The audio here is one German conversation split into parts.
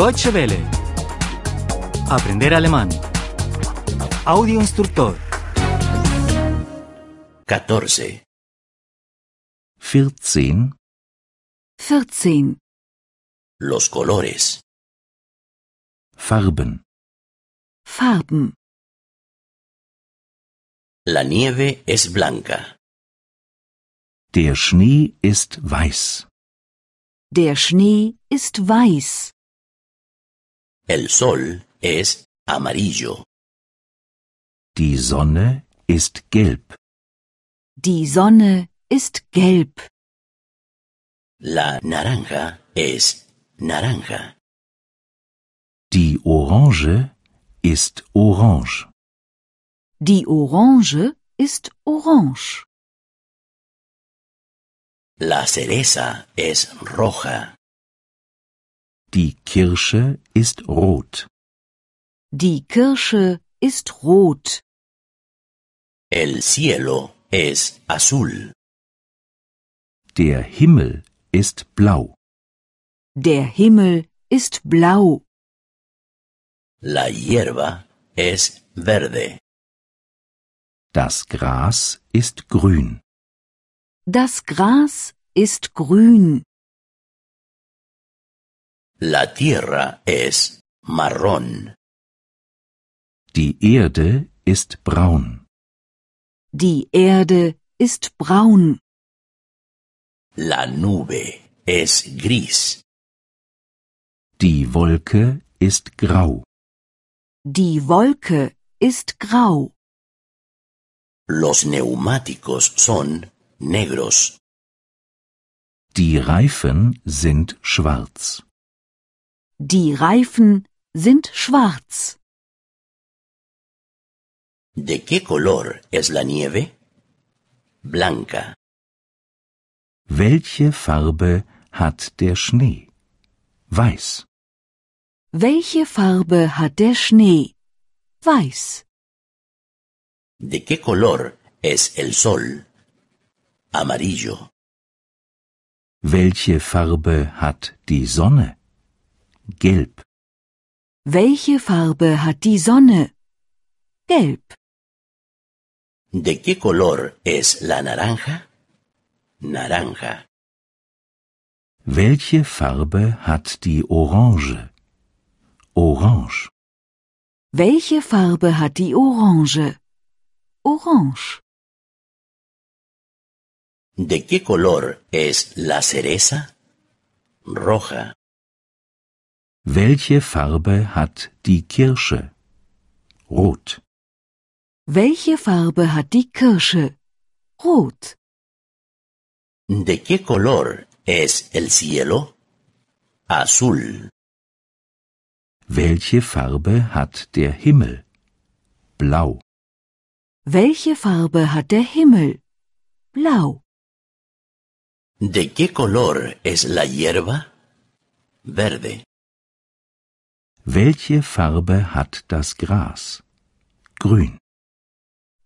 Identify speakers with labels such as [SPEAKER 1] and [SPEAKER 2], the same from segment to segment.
[SPEAKER 1] Deutsche Welle. Aprender alemán. Audio instructor.
[SPEAKER 2] 14.
[SPEAKER 3] 14.
[SPEAKER 4] 14.
[SPEAKER 2] Los colores.
[SPEAKER 3] Farben.
[SPEAKER 4] Farben.
[SPEAKER 2] La nieve es blanca.
[SPEAKER 3] Der Schnee ist weiß.
[SPEAKER 4] Der Schnee ist weiß.
[SPEAKER 2] El sol es amarillo.
[SPEAKER 3] Die Sonne ist gelb.
[SPEAKER 4] Die Sonne ist gelb.
[SPEAKER 2] La naranja es naranja.
[SPEAKER 3] Die Orange ist orange.
[SPEAKER 4] Die Orange ist orange.
[SPEAKER 2] La cereza es roja.
[SPEAKER 3] Die Kirsche ist rot.
[SPEAKER 4] Die Kirsche ist rot.
[SPEAKER 2] El cielo es azul.
[SPEAKER 3] Der Himmel ist blau.
[SPEAKER 4] Der Himmel ist blau.
[SPEAKER 2] La hierba es verde.
[SPEAKER 3] Das Gras ist grün.
[SPEAKER 4] Das Gras ist grün.
[SPEAKER 2] La tierra es marrón.
[SPEAKER 3] Die Erde ist braun.
[SPEAKER 4] Die Erde ist braun.
[SPEAKER 2] La nube es gris.
[SPEAKER 3] Die Wolke ist grau.
[SPEAKER 4] Die Wolke ist grau.
[SPEAKER 2] Los neumáticos son negros.
[SPEAKER 3] Die Reifen sind schwarz.
[SPEAKER 4] Die Reifen sind schwarz.
[SPEAKER 2] ¿De qué color es la nieve? Blanca.
[SPEAKER 3] Welche Farbe hat der Schnee? Weiß.
[SPEAKER 4] Welche Farbe hat der Schnee? Weiß.
[SPEAKER 2] ¿De qué color es el sol? Amarillo.
[SPEAKER 3] Welche Farbe hat die Sonne? Gelb.
[SPEAKER 4] Welche Farbe hat die Sonne? Gelb.
[SPEAKER 2] ¿De qué color es la naranja? Naranja.
[SPEAKER 3] Welche Farbe hat die Orange? Orange.
[SPEAKER 4] Welche Farbe hat die Orange? Orange.
[SPEAKER 2] ¿De qué color es la cereza? Roja.
[SPEAKER 3] Welche Farbe hat die Kirsche? Rot.
[SPEAKER 4] Welche Farbe hat die Kirsche? Rot.
[SPEAKER 2] ¿De qué color es el cielo? Azul.
[SPEAKER 3] Welche Farbe hat der Himmel? Blau.
[SPEAKER 4] Welche Farbe hat der Himmel? Blau.
[SPEAKER 2] ¿De qué color es la hierba? Verde.
[SPEAKER 3] Welche Farbe hat das Gras? Grün.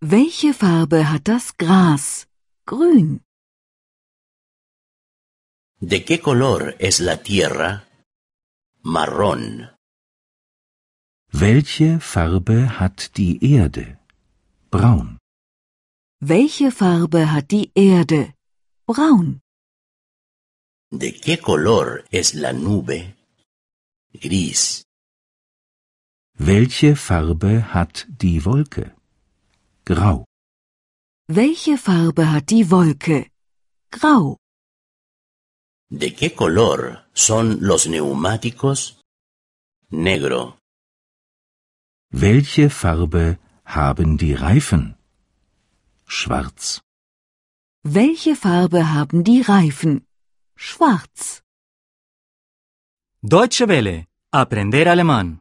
[SPEAKER 4] Welche Farbe hat das Gras? Grün.
[SPEAKER 2] ¿De qué color es la tierra? Marrón.
[SPEAKER 3] Welche Farbe hat die Erde? Braun.
[SPEAKER 4] Welche Farbe hat die Erde? Braun.
[SPEAKER 2] ¿De qué color es la nube? Gris.
[SPEAKER 3] Welche Farbe hat die Wolke? Grau.
[SPEAKER 4] Welche Farbe hat die Wolke? Grau.
[SPEAKER 2] ¿De qué color son los neumáticos? Negro.
[SPEAKER 3] Welche Farbe haben die Reifen? Schwarz.
[SPEAKER 4] Welche Farbe haben die Reifen? Schwarz.
[SPEAKER 1] Deutsche Welle. Aprender alemán.